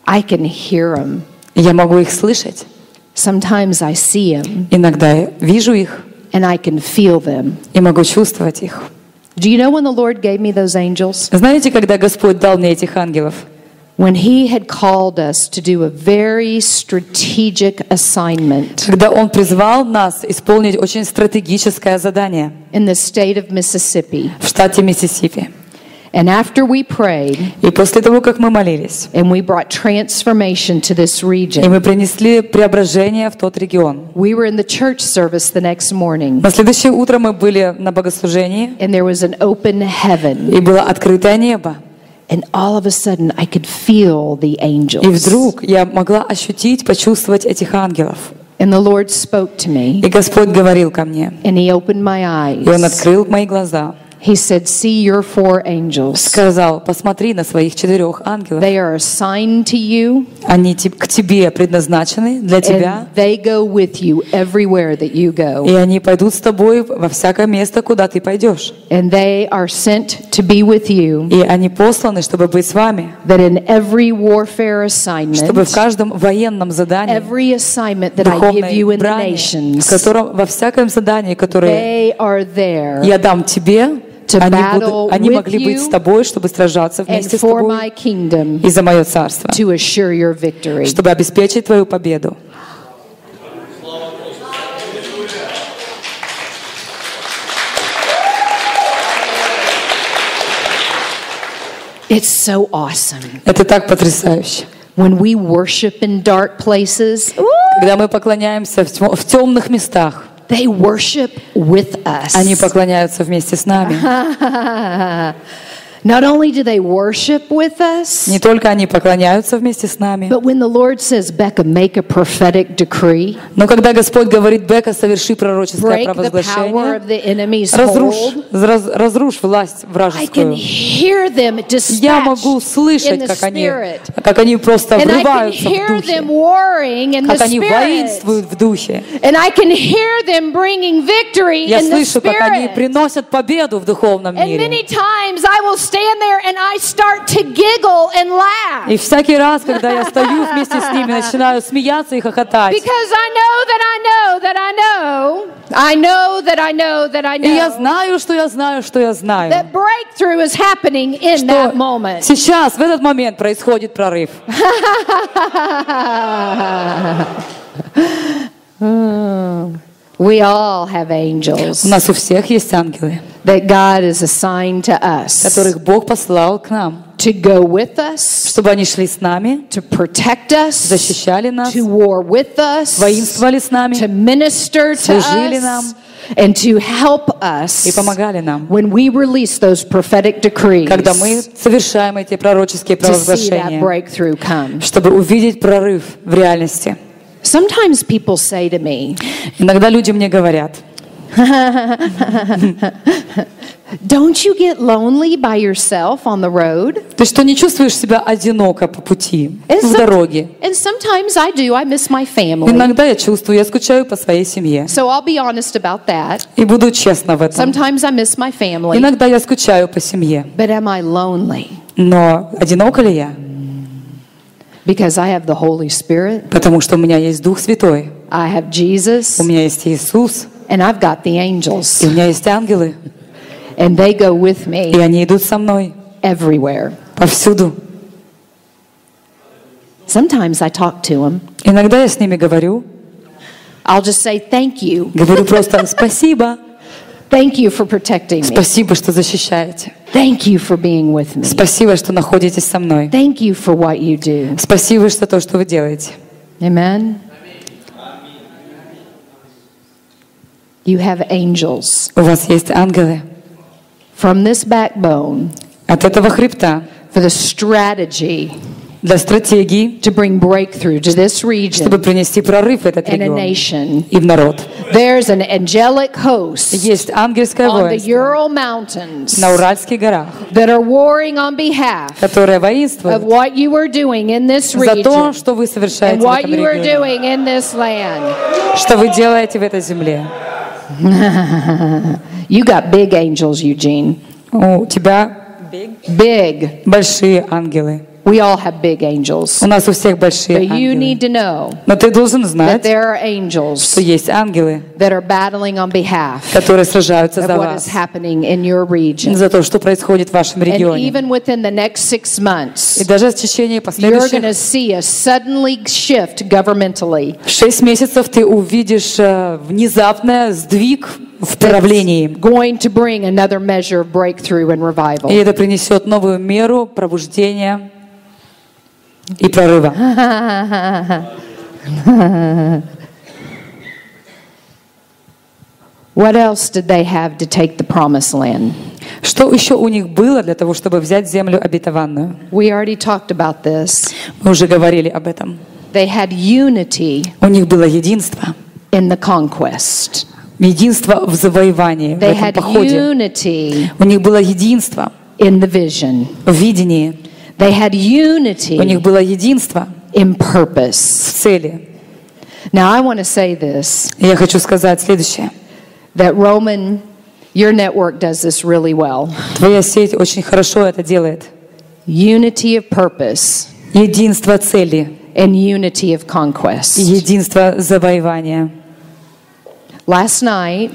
Speaker 1: I can hear them.
Speaker 2: Я могу их слышать,
Speaker 1: Sometimes I see them,
Speaker 2: иногда я вижу их
Speaker 1: and I can feel them.
Speaker 2: и могу чувствовать их.
Speaker 1: Do you know when the Lord gave me those angels?
Speaker 2: Знаете, когда Господь дал мне этих ангелов?
Speaker 1: When He had called us to do a very strategic assignment
Speaker 2: Когда Он призвал нас исполнить очень стратегическое задание
Speaker 1: in the state of Mississippi.
Speaker 2: в штате Миссисипи.
Speaker 1: And after we prayed
Speaker 2: И после того, как мы молились,
Speaker 1: and we brought transformation to this
Speaker 2: и
Speaker 1: region,
Speaker 2: мы принесли преображение в тот регион.
Speaker 1: we were in the church service the next morning
Speaker 2: На следующее утро мы были на богослужении,
Speaker 1: and there was an open heaven.
Speaker 2: и было открытое небо.
Speaker 1: And all of a sudden, I could feel the
Speaker 2: И
Speaker 1: angels.
Speaker 2: вдруг я могла ощутить, почувствовать этих ангелов.
Speaker 1: And the Lord spoke to me
Speaker 2: И Господь говорил ко мне,
Speaker 1: and He opened my
Speaker 2: и
Speaker 1: eyes.
Speaker 2: Он открыл мои глаза.
Speaker 1: He said, See your four angels.
Speaker 2: сказал, посмотри на своих четырех ангелов.
Speaker 1: They are assigned to you,
Speaker 2: Они те- к тебе предназначены, для тебя.
Speaker 1: and they go with you everywhere that you go.
Speaker 2: И они пойдут с тобой во всякое место, куда ты пойдешь.
Speaker 1: And they are sent to be with you,
Speaker 2: И они посланы, чтобы быть с вами.
Speaker 1: that in every warfare
Speaker 2: Чтобы
Speaker 1: assignment,
Speaker 2: в каждом военном задании,
Speaker 1: every assignment that I give you
Speaker 2: духовной
Speaker 1: in the
Speaker 2: брани, в
Speaker 1: nations,
Speaker 2: котором, во всяком задании, которое
Speaker 1: they are there.
Speaker 2: я дам тебе,
Speaker 1: To
Speaker 2: они, будут-
Speaker 1: battle
Speaker 2: они
Speaker 1: with
Speaker 2: могли быть
Speaker 1: you
Speaker 2: с тобой, чтобы сражаться вместе
Speaker 1: and
Speaker 2: с
Speaker 1: for
Speaker 2: тобой
Speaker 1: my kingdom
Speaker 2: и за мое царство,
Speaker 1: to assure your victory.
Speaker 2: чтобы обеспечить твою победу.
Speaker 1: It's so awesome.
Speaker 2: Это так потрясающе.
Speaker 1: When we worship in dark places, woo,
Speaker 2: Когда мы поклоняемся в, тьмо- в темных местах,
Speaker 1: they worship with us.
Speaker 2: они поклоняются вместе с нами.
Speaker 1: Not only do they worship with us,
Speaker 2: Не только они поклоняются вместе с нами,
Speaker 1: but when the Lord says, Becca, make a prophetic decree,
Speaker 2: но когда Господь говорит, Бека, соверши пророческое
Speaker 1: break the power
Speaker 2: провозглашение,
Speaker 1: of the enemy's
Speaker 2: разрушь,
Speaker 1: hold,
Speaker 2: раз- разрушь власть
Speaker 1: I can
Speaker 2: вражескую.
Speaker 1: hear them dispatched
Speaker 2: Я могу
Speaker 1: in
Speaker 2: слышать,
Speaker 1: the
Speaker 2: как они,
Speaker 1: spirit.
Speaker 2: как они просто
Speaker 1: And I can
Speaker 2: врываются в
Speaker 1: hear them
Speaker 2: духе,
Speaker 1: warring in the
Speaker 2: как они
Speaker 1: spirit.
Speaker 2: воинствуют в духе.
Speaker 1: And I can hear them bringing victory
Speaker 2: Я
Speaker 1: in the
Speaker 2: слышу, как они
Speaker 1: spirit.
Speaker 2: приносят победу в духовном
Speaker 1: And
Speaker 2: мире.
Speaker 1: many times I will stand there and I start to giggle and
Speaker 2: И
Speaker 1: laugh
Speaker 2: всякий раз, когда я стою вместе с ними, начинаю смеяться и хохотать.
Speaker 1: because I know that I know that I know, I know that I know that I
Speaker 2: И я
Speaker 1: know
Speaker 2: знаю, что я знаю, что я знаю.
Speaker 1: that breakthrough is happening in
Speaker 2: Что
Speaker 1: that moment.
Speaker 2: сейчас, в этот момент происходит прорыв.
Speaker 1: Oh. we all have
Speaker 2: У
Speaker 1: angels
Speaker 2: нас у всех есть ангелы,
Speaker 1: that God has assigned to us
Speaker 2: которых Бог послал к нам,
Speaker 1: to go with us,
Speaker 2: чтобы они шли с нами,
Speaker 1: to protect us,
Speaker 2: защищали нас,
Speaker 1: to war with us,
Speaker 2: воинствовали с
Speaker 1: to
Speaker 2: нами
Speaker 1: minister to
Speaker 2: Служили
Speaker 1: us
Speaker 2: нам.
Speaker 1: and to help us
Speaker 2: и помогали нам.
Speaker 1: when we release those prophetic decrees
Speaker 2: Когда мы совершаем эти пророческие
Speaker 1: to see that
Speaker 2: провозглашения,
Speaker 1: breakthrough come.
Speaker 2: чтобы увидеть прорыв в реальности.
Speaker 1: Sometimes people say to me,
Speaker 2: Иногда люди мне говорят,
Speaker 1: Don't you get lonely by yourself on the road?
Speaker 2: ты что, не чувствуешь себя одиноко по пути, в
Speaker 1: some-
Speaker 2: дороге?
Speaker 1: and sometimes I do. I miss my family.
Speaker 2: Иногда я чувствую, я скучаю по своей семье.
Speaker 1: So I'll be honest about that.
Speaker 2: И буду честна в этом.
Speaker 1: Sometimes I miss my family.
Speaker 2: Иногда я скучаю по семье.
Speaker 1: But am I lonely?
Speaker 2: Но одинока ли я?
Speaker 1: Because I have the Holy Spirit,
Speaker 2: Потому что у меня есть Дух Святой,
Speaker 1: I have Jesus,
Speaker 2: у меня есть Иисус,
Speaker 1: and I've got the
Speaker 2: и
Speaker 1: angels.
Speaker 2: у меня есть ангелы,
Speaker 1: And they go with
Speaker 2: и
Speaker 1: me
Speaker 2: они идут со мной
Speaker 1: everywhere.
Speaker 2: повсюду.
Speaker 1: Sometimes I talk to them.
Speaker 2: Иногда я с ними говорю,
Speaker 1: I'll just say thank you.
Speaker 2: говорю просто спасибо,
Speaker 1: Thank you for protecting me.
Speaker 2: спасибо, что защищаете,
Speaker 1: Thank you for being with me.
Speaker 2: спасибо, что находитесь со мной,
Speaker 1: Thank you for what you do.
Speaker 2: спасибо, что то, что вы делаете.
Speaker 1: Amen. You have angels
Speaker 2: У вас есть ангелы.
Speaker 1: from this backbone
Speaker 2: От этого хребта
Speaker 1: for the strategy
Speaker 2: для стратегии,
Speaker 1: to bring breakthrough to this region
Speaker 2: чтобы принести прорыв в этот
Speaker 1: and a
Speaker 2: регион
Speaker 1: nation.
Speaker 2: и в народ.
Speaker 1: There's an angelic host
Speaker 2: Есть ангельское
Speaker 1: on the
Speaker 2: воинство
Speaker 1: Ural Mountains
Speaker 2: на Уральских горах,
Speaker 1: that are warring on behalf
Speaker 2: которое
Speaker 1: of
Speaker 2: воинствует
Speaker 1: what you are doing in this
Speaker 2: за то,
Speaker 1: region.
Speaker 2: что вы совершаете
Speaker 1: and
Speaker 2: в
Speaker 1: what
Speaker 2: этом
Speaker 1: you are
Speaker 2: регионе,
Speaker 1: doing in this land.
Speaker 2: что вы делаете в этой земле.
Speaker 1: You got big angels, Eugene.
Speaker 2: У тебя
Speaker 1: Big.
Speaker 2: большие ангелы.
Speaker 1: We all have big
Speaker 2: У
Speaker 1: angels.
Speaker 2: нас у всех большие
Speaker 1: But you
Speaker 2: ангелы.
Speaker 1: need to know
Speaker 2: Но ты должен
Speaker 1: that
Speaker 2: знать,
Speaker 1: there are
Speaker 2: что
Speaker 1: angels
Speaker 2: есть ангелы,
Speaker 1: that are battling on behalf
Speaker 2: которые сражаются
Speaker 1: of
Speaker 2: за
Speaker 1: what is
Speaker 2: вас,
Speaker 1: happening in your region.
Speaker 2: за то, что происходит в вашем
Speaker 1: And
Speaker 2: регионе.
Speaker 1: even within the next six
Speaker 2: И
Speaker 1: months,
Speaker 2: даже в течение
Speaker 1: you're going to
Speaker 2: последующих
Speaker 1: see a suddenly shift governmentally
Speaker 2: шесть месяцев ты увидишь э, внезапный сдвиг в
Speaker 1: that's
Speaker 2: правлении.
Speaker 1: going to bring another measure of breakthrough and revival.
Speaker 2: И это принесет новую меру пробуждения и прорыва.
Speaker 1: What else did they have to take the promised land?
Speaker 2: Что еще у них было для того, чтобы взять землю обетованную?
Speaker 1: We already talked about this.
Speaker 2: Мы уже говорили об этом.
Speaker 1: They had unity
Speaker 2: У них было единство
Speaker 1: in the conquest.
Speaker 2: единство в завоевании, в
Speaker 1: They
Speaker 2: этом
Speaker 1: had
Speaker 2: походе.
Speaker 1: unity
Speaker 2: У них было единство
Speaker 1: in the vision.
Speaker 2: в видении,
Speaker 1: They had
Speaker 2: у них
Speaker 1: unity
Speaker 2: было единство
Speaker 1: in
Speaker 2: в
Speaker 1: purpose.
Speaker 2: цели.
Speaker 1: Now I want to say this
Speaker 2: И я хочу сказать следующее.
Speaker 1: that Roman your network does this really well.
Speaker 2: Твоя сеть очень хорошо это делает.
Speaker 1: Unity of purpose
Speaker 2: Единство цели,
Speaker 1: and unity of conquest.
Speaker 2: единство завоевания.
Speaker 1: Last night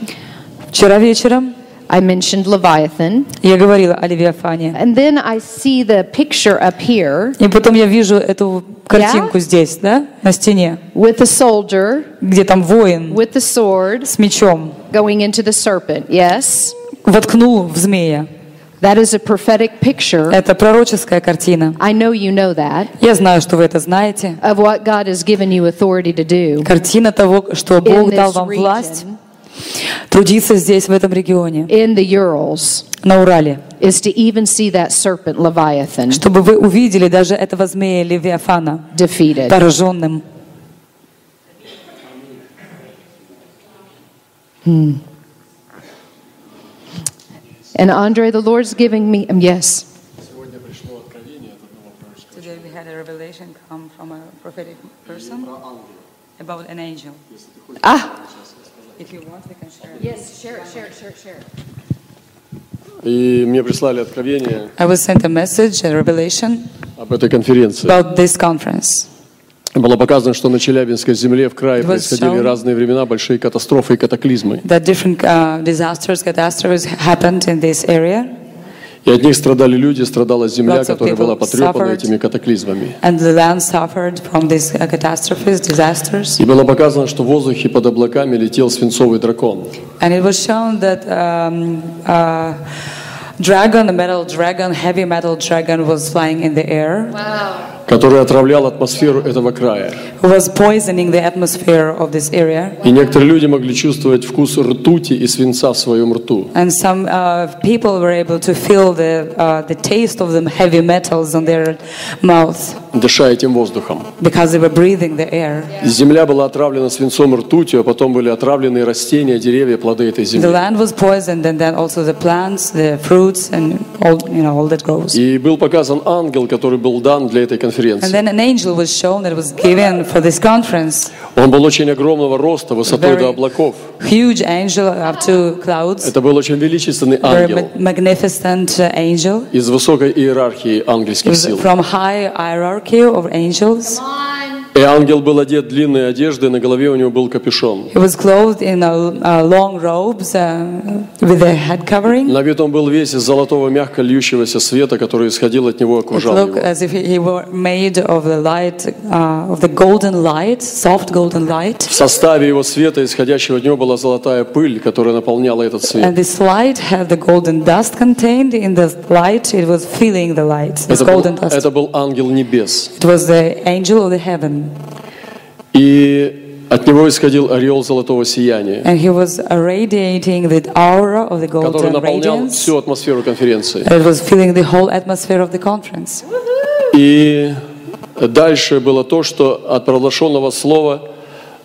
Speaker 2: Вчера вечером
Speaker 1: I mentioned Leviathan
Speaker 2: я говорила о Левиафане.
Speaker 1: and then I see the picture up here
Speaker 2: И потом я вижу эту картинку
Speaker 1: Я?
Speaker 2: здесь, да, на стене,
Speaker 1: with a soldier
Speaker 2: где там воин
Speaker 1: with the sword
Speaker 2: с мечом
Speaker 1: going into the serpent. Yes.
Speaker 2: воткнул в змея.
Speaker 1: That is a prophetic picture.
Speaker 2: Это пророческая картина.
Speaker 1: I know you know that
Speaker 2: Я знаю, что вы это знаете.
Speaker 1: of what God has given you authority to do
Speaker 2: Картина того, что
Speaker 1: in
Speaker 2: Бог дал
Speaker 1: this
Speaker 2: вам власть
Speaker 1: region,
Speaker 2: трудиться здесь, в этом регионе,
Speaker 1: in the Urals,
Speaker 2: на Урале,
Speaker 1: is to even see that serpent Leviathan
Speaker 2: чтобы вы увидели даже этого змея Левиафана
Speaker 1: defeated.
Speaker 2: пораженным.
Speaker 1: And Andre, the Lord's giving me, um, yes.
Speaker 3: Сегодня пришло откровение, это было пророческое,
Speaker 4: Today we had a revelation come from a prophetic person about an angel.
Speaker 1: Ah,
Speaker 4: If you want, we can share.
Speaker 3: И мне прислали откровение
Speaker 2: I was sent a message, a revelation
Speaker 3: об этой конференции.
Speaker 2: about this conference.
Speaker 3: Было показано, что на Челябинской земле в крае
Speaker 2: was
Speaker 3: происходили
Speaker 2: shown-
Speaker 3: разные времена, большие катастрофы и катаклизмы.
Speaker 2: That different uh, disasters, catastrophes happened in this area,
Speaker 3: И от них страдали люди, страдала земля,
Speaker 2: Lots of
Speaker 3: которая была
Speaker 2: people
Speaker 3: потрепана
Speaker 2: suffered.
Speaker 3: этими катаклизмами.
Speaker 2: and the land suffered from these uh, catastrophes, disasters.
Speaker 3: И было показано, что в воздухе под облаками летел свинцовый дракон.
Speaker 2: And it was shown that um, uh, dragon, a metal dragon, heavy metal dragon, was flying in the air,
Speaker 3: который отравлял атмосферу этого края.
Speaker 2: who was poisoning the atmosphere of this area.
Speaker 3: И некоторые люди могли чувствовать вкус ртути и свинца в своем рту.
Speaker 2: And some uh, people were able to feel the, uh, the taste of the heavy metals on their mouths
Speaker 3: дыша этим воздухом.
Speaker 2: because they were breathing the air.
Speaker 3: Земля была отравлена свинцом и ртутью, а потом были отравлены растения, деревья, плоды этой
Speaker 2: The
Speaker 3: земли.
Speaker 2: land was poisoned, and then also the plants, the fruits, and all you know all that grows.
Speaker 3: И был показан ангел, который был дан для этой
Speaker 2: And
Speaker 3: конференции.
Speaker 2: then an angel was shown that was given for this conference.
Speaker 3: Он был очень огромного роста, высотой
Speaker 2: Very-
Speaker 3: до облаков.
Speaker 2: Huge angel up to clouds.
Speaker 3: Это был очень величественный
Speaker 2: Very
Speaker 3: ангел
Speaker 2: ma- magnificent uh, angel.
Speaker 3: из высокой иерархии
Speaker 2: He
Speaker 3: ангельских
Speaker 2: was
Speaker 3: сил.
Speaker 2: from high hierarchy of angels.
Speaker 3: И ангел был одет длинной одеждой, на голове у него был капюшон.
Speaker 2: He was clothed in a, uh, long robes uh, with a head covering.
Speaker 3: На вид он был весь из золотого мягко льющегося света, который исходил от него и
Speaker 2: It
Speaker 3: окружал
Speaker 2: looked
Speaker 3: его.
Speaker 2: as if he were made of the light, uh, of the golden light, soft golden light.
Speaker 3: В составе его света, исходящего от него, была золотая пыль, которая наполняла этот свет.
Speaker 2: And this light had the golden dust contained in the light. It was filling the light, this
Speaker 3: Это был,
Speaker 2: golden dust.
Speaker 3: это был ангел небес.
Speaker 2: It was the angel of the heaven.
Speaker 3: И от него исходил ореол золотого сияния,
Speaker 2: And he was radiating the aura of the
Speaker 3: который
Speaker 2: golden
Speaker 3: наполнял
Speaker 2: radiance.
Speaker 3: всю атмосферу конференции.
Speaker 2: And it was filling the whole atmosphere of the conference.
Speaker 3: И дальше было то, что от провозглашенного слова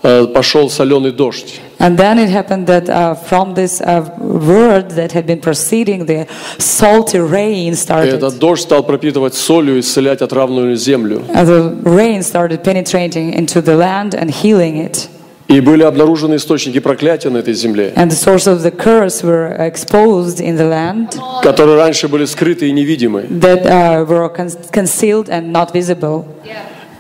Speaker 3: э, пошел соленый дождь.
Speaker 2: And then it happened that uh, from this uh, word that had been preceding, the salty rain
Speaker 3: И
Speaker 2: started.
Speaker 3: этот дождь стал пропитывать солью и исцелять отравленную землю.
Speaker 2: And Uh, the rain started penetrating into the land and healing it.
Speaker 3: И были обнаружены источники проклятия на этой земле,
Speaker 2: And the source of the curse were exposed in the land
Speaker 3: которые раньше были скрыты и невидимы.
Speaker 2: that uh, were con- concealed and not visible.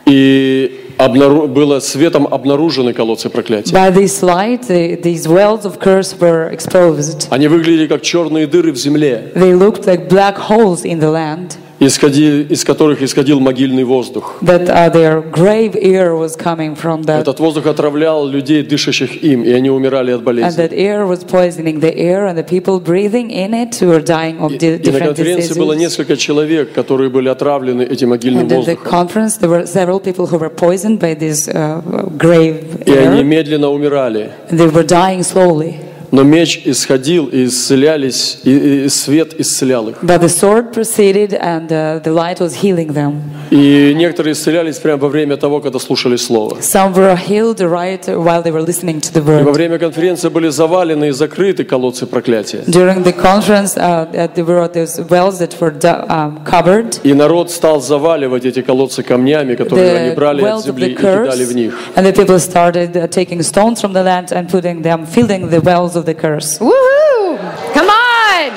Speaker 3: И обнару- было светом обнаружены колодцы проклятия.
Speaker 2: By this light, the, these wells of curse were exposed.
Speaker 3: Они выглядели как черные дыры в земле,
Speaker 2: They looked like black holes in the land,
Speaker 3: исходи- из которых исходил могильный воздух.
Speaker 2: that uh, their grave air was coming from that,
Speaker 3: Этот воздух отравлял людей, дышащих им, и они умирали от
Speaker 2: and
Speaker 3: болезней.
Speaker 2: that air was poisoning the air, and the people breathing in it were dying of di-
Speaker 3: И на
Speaker 2: different
Speaker 3: конференции было
Speaker 2: diseases.
Speaker 3: несколько человек, которые были отравлены этим
Speaker 2: And
Speaker 3: могильным
Speaker 2: at the
Speaker 3: воздухом.
Speaker 2: conference, there were several people who were poisoned by this uh, grave
Speaker 3: И они
Speaker 2: air,
Speaker 3: медленно умирали.
Speaker 2: and they were dying slowly.
Speaker 3: но меч исходил и исцелялись, и, и свет исцелял их.
Speaker 2: But the sword proceeded and uh, the light was healing them.
Speaker 3: И некоторые исцелялись прямо во время того, когда слушали Слово.
Speaker 2: Some were healed right while they were listening to the
Speaker 3: И во
Speaker 2: word.
Speaker 3: время конференции были завалены и закрыты колодцы проклятия.
Speaker 2: During the conference, uh, that there were those wells that were du- um, covered.
Speaker 3: И народ стал заваливать эти колодцы камнями, которые они
Speaker 2: The
Speaker 3: брали от
Speaker 2: wells of
Speaker 3: земли
Speaker 2: the
Speaker 3: и кидали в
Speaker 2: curse,
Speaker 3: них.
Speaker 2: and the people started uh, taking stones from the land and putting them, filling the wells of the curse.
Speaker 1: Woohoo! Come on!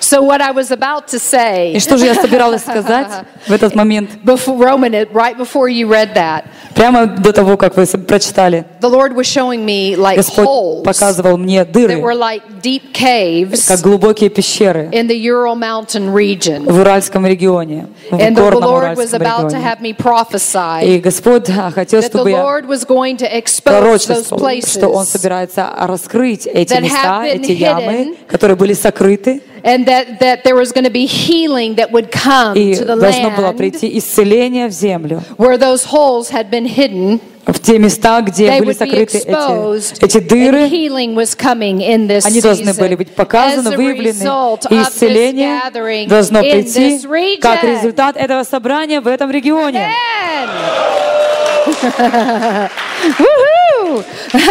Speaker 1: So, what I was about to
Speaker 2: И
Speaker 1: say
Speaker 2: что же я собиралась сказать в этот момент?
Speaker 1: before Roman, it, right before you read that,
Speaker 2: Прямо до того, как вы с- прочитали,
Speaker 1: the Lord was showing me like
Speaker 2: Господь
Speaker 1: holes
Speaker 2: показывал мне
Speaker 1: that were
Speaker 2: дыры,
Speaker 1: like deep
Speaker 2: как
Speaker 1: caves
Speaker 2: глубокие пещеры
Speaker 1: in the Ural Mountain region.
Speaker 2: в Уральском регионе, в
Speaker 1: And the
Speaker 2: горном
Speaker 1: Lord was
Speaker 2: Уральском
Speaker 1: about to
Speaker 2: регионе.
Speaker 1: have me prophesy
Speaker 2: И Господь а, хотел,
Speaker 1: that the
Speaker 2: чтобы я
Speaker 1: Lord was going to expose those
Speaker 2: пророчествовал, что Он
Speaker 1: places
Speaker 2: собирается раскрыть эти
Speaker 1: that
Speaker 2: места,
Speaker 1: have been
Speaker 2: эти ямы,
Speaker 1: hidden.
Speaker 2: которые были сокрыты,
Speaker 1: and that, that there was going to be healing that would come
Speaker 2: и
Speaker 1: to the
Speaker 2: должно было
Speaker 1: land
Speaker 2: прийти исцеление в землю,
Speaker 1: where those holes had been hidden.
Speaker 2: в те места, где
Speaker 1: They
Speaker 2: были
Speaker 1: would be
Speaker 2: сокрыты
Speaker 1: exposed
Speaker 2: эти, эти
Speaker 1: and
Speaker 2: дыры,
Speaker 1: healing was coming in this
Speaker 2: они должны
Speaker 1: season.
Speaker 2: были быть показаны,
Speaker 1: As a
Speaker 2: выявлены,
Speaker 1: result of
Speaker 2: и
Speaker 1: this
Speaker 2: исцеление
Speaker 1: gathering
Speaker 2: должно
Speaker 1: in
Speaker 2: прийти
Speaker 1: this region.
Speaker 2: как результат этого собрания в этом регионе.
Speaker 1: Amen. Woohoo!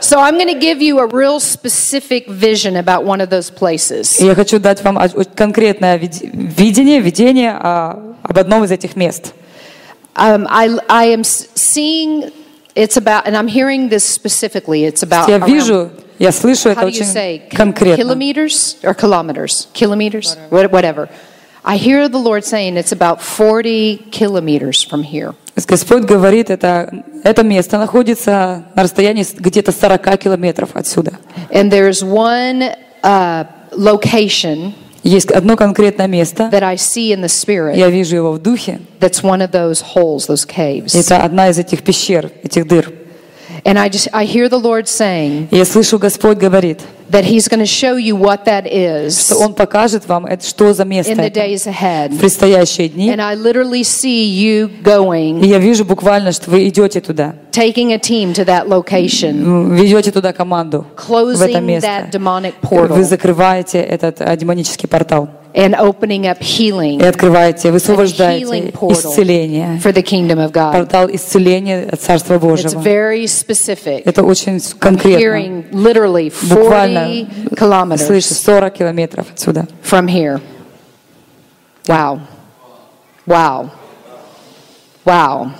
Speaker 1: so I'm going to give you a real specific vision about one of those
Speaker 2: И
Speaker 1: places.
Speaker 2: Я хочу дать вам о- о- конкретное види- видение, видение а, об одном из этих мест.
Speaker 1: Um, I, I am s- seeing it's about, and I'm hearing this specifically. It's about
Speaker 2: Я
Speaker 1: around-
Speaker 2: вижу, я слышу это
Speaker 1: how do you say
Speaker 2: очень
Speaker 1: ki-
Speaker 2: конкретно.
Speaker 1: kilometers or kilometers kilometers What- whatever i hear the lord saying it's about 40 kilometers from here
Speaker 2: Господь говорит, это, это место находится на расстоянии с- где-то 40 километров отсюда.
Speaker 1: and there's one uh, location
Speaker 2: Есть одно конкретное место,
Speaker 1: that i see in the spirit
Speaker 2: я вижу его в духе.
Speaker 1: that's one of those holes those caves
Speaker 2: Это одна из этих пещер, этих дыр.
Speaker 1: and i just i hear the lord saying
Speaker 2: И я слышу, Господь говорит,
Speaker 1: that he's going to show you what that is
Speaker 2: что Он покажет вам, это, что за место
Speaker 1: in the
Speaker 2: это
Speaker 1: days ahead
Speaker 2: в предстоящие дни.
Speaker 1: and i literally see you
Speaker 2: И
Speaker 1: going
Speaker 2: я вижу буквально, что вы идете туда,
Speaker 1: taking a team to that location
Speaker 2: М, ведете туда команду в это
Speaker 1: closing
Speaker 2: место.
Speaker 1: that demonic portal
Speaker 2: Вы закрываете этот а, демонический портал
Speaker 1: and opening up healing
Speaker 2: и открываете, высвобождаете
Speaker 1: healing portal
Speaker 2: исцеление,
Speaker 1: for the kingdom of God.
Speaker 2: портал исцеления от Царства
Speaker 1: It's
Speaker 2: Божьего.
Speaker 1: very specific.
Speaker 2: Это очень с- конкретно.
Speaker 1: Hearing literally
Speaker 2: Буквально
Speaker 1: 40
Speaker 2: слышу
Speaker 1: kilometers
Speaker 2: 40 километров отсюда.
Speaker 1: from here. Wow. Wow. Wow.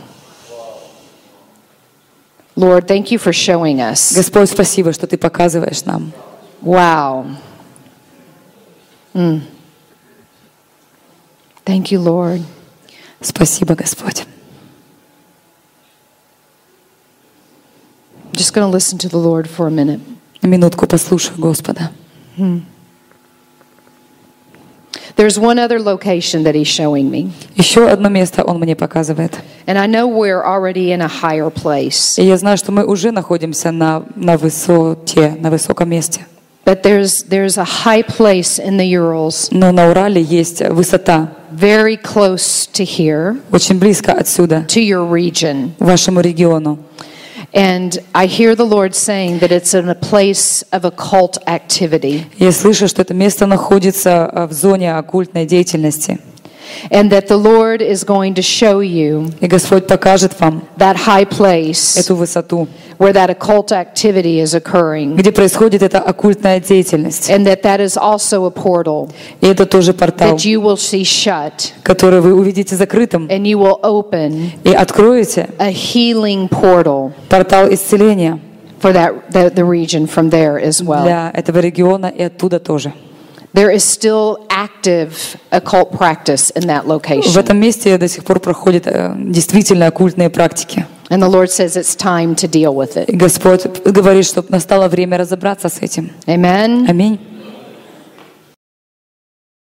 Speaker 1: Lord, thank you for showing us.
Speaker 2: Господь, спасибо, что Ты показываешь нам.
Speaker 1: Wow. Mm. Thank you, Lord.
Speaker 2: Спасибо, Господь.
Speaker 1: I'm just going to listen to the Lord for a minute.
Speaker 2: Минутку послушаю Господа.
Speaker 1: There's one other location that he's showing me.
Speaker 2: Еще одно место Он мне показывает.
Speaker 1: And I know we're already in a higher place,
Speaker 2: И я знаю, что мы уже находимся на, на высоте, на высоком месте.
Speaker 1: but there's there's a high place in the Urals,
Speaker 2: Но на Урале есть высота,
Speaker 1: very close to here,
Speaker 2: очень близко отсюда,
Speaker 1: to your region.
Speaker 2: к вашему региону.
Speaker 1: And I hear the Lord saying that it's in a place of occult activity
Speaker 2: Я слышу, что это место находится э, в зоне оккультной деятельности.
Speaker 1: and that the Lord is going to show you
Speaker 2: И Господь покажет вам
Speaker 1: that high place
Speaker 2: эту высоту,
Speaker 1: where that occult activity is occurring
Speaker 2: где происходит эта оккультная деятельность.
Speaker 1: and that that is also a portal
Speaker 2: И это тоже портал,
Speaker 1: that you will see shut
Speaker 2: который вы увидите закрытым
Speaker 1: and you will open
Speaker 2: и откроете
Speaker 1: a healing portal
Speaker 2: портал исцеления
Speaker 1: for that the, the region from there as well.
Speaker 2: для этого региона и оттуда тоже.
Speaker 1: There is still active occult practice in that
Speaker 2: Ну, В
Speaker 1: location.
Speaker 2: этом месте до сих пор проходят э, действительно оккультные практики.
Speaker 1: And the Lord says it's time to deal with it.
Speaker 2: И Господь говорит, чтобы настало время разобраться с этим.
Speaker 1: Amen.
Speaker 2: Аминь.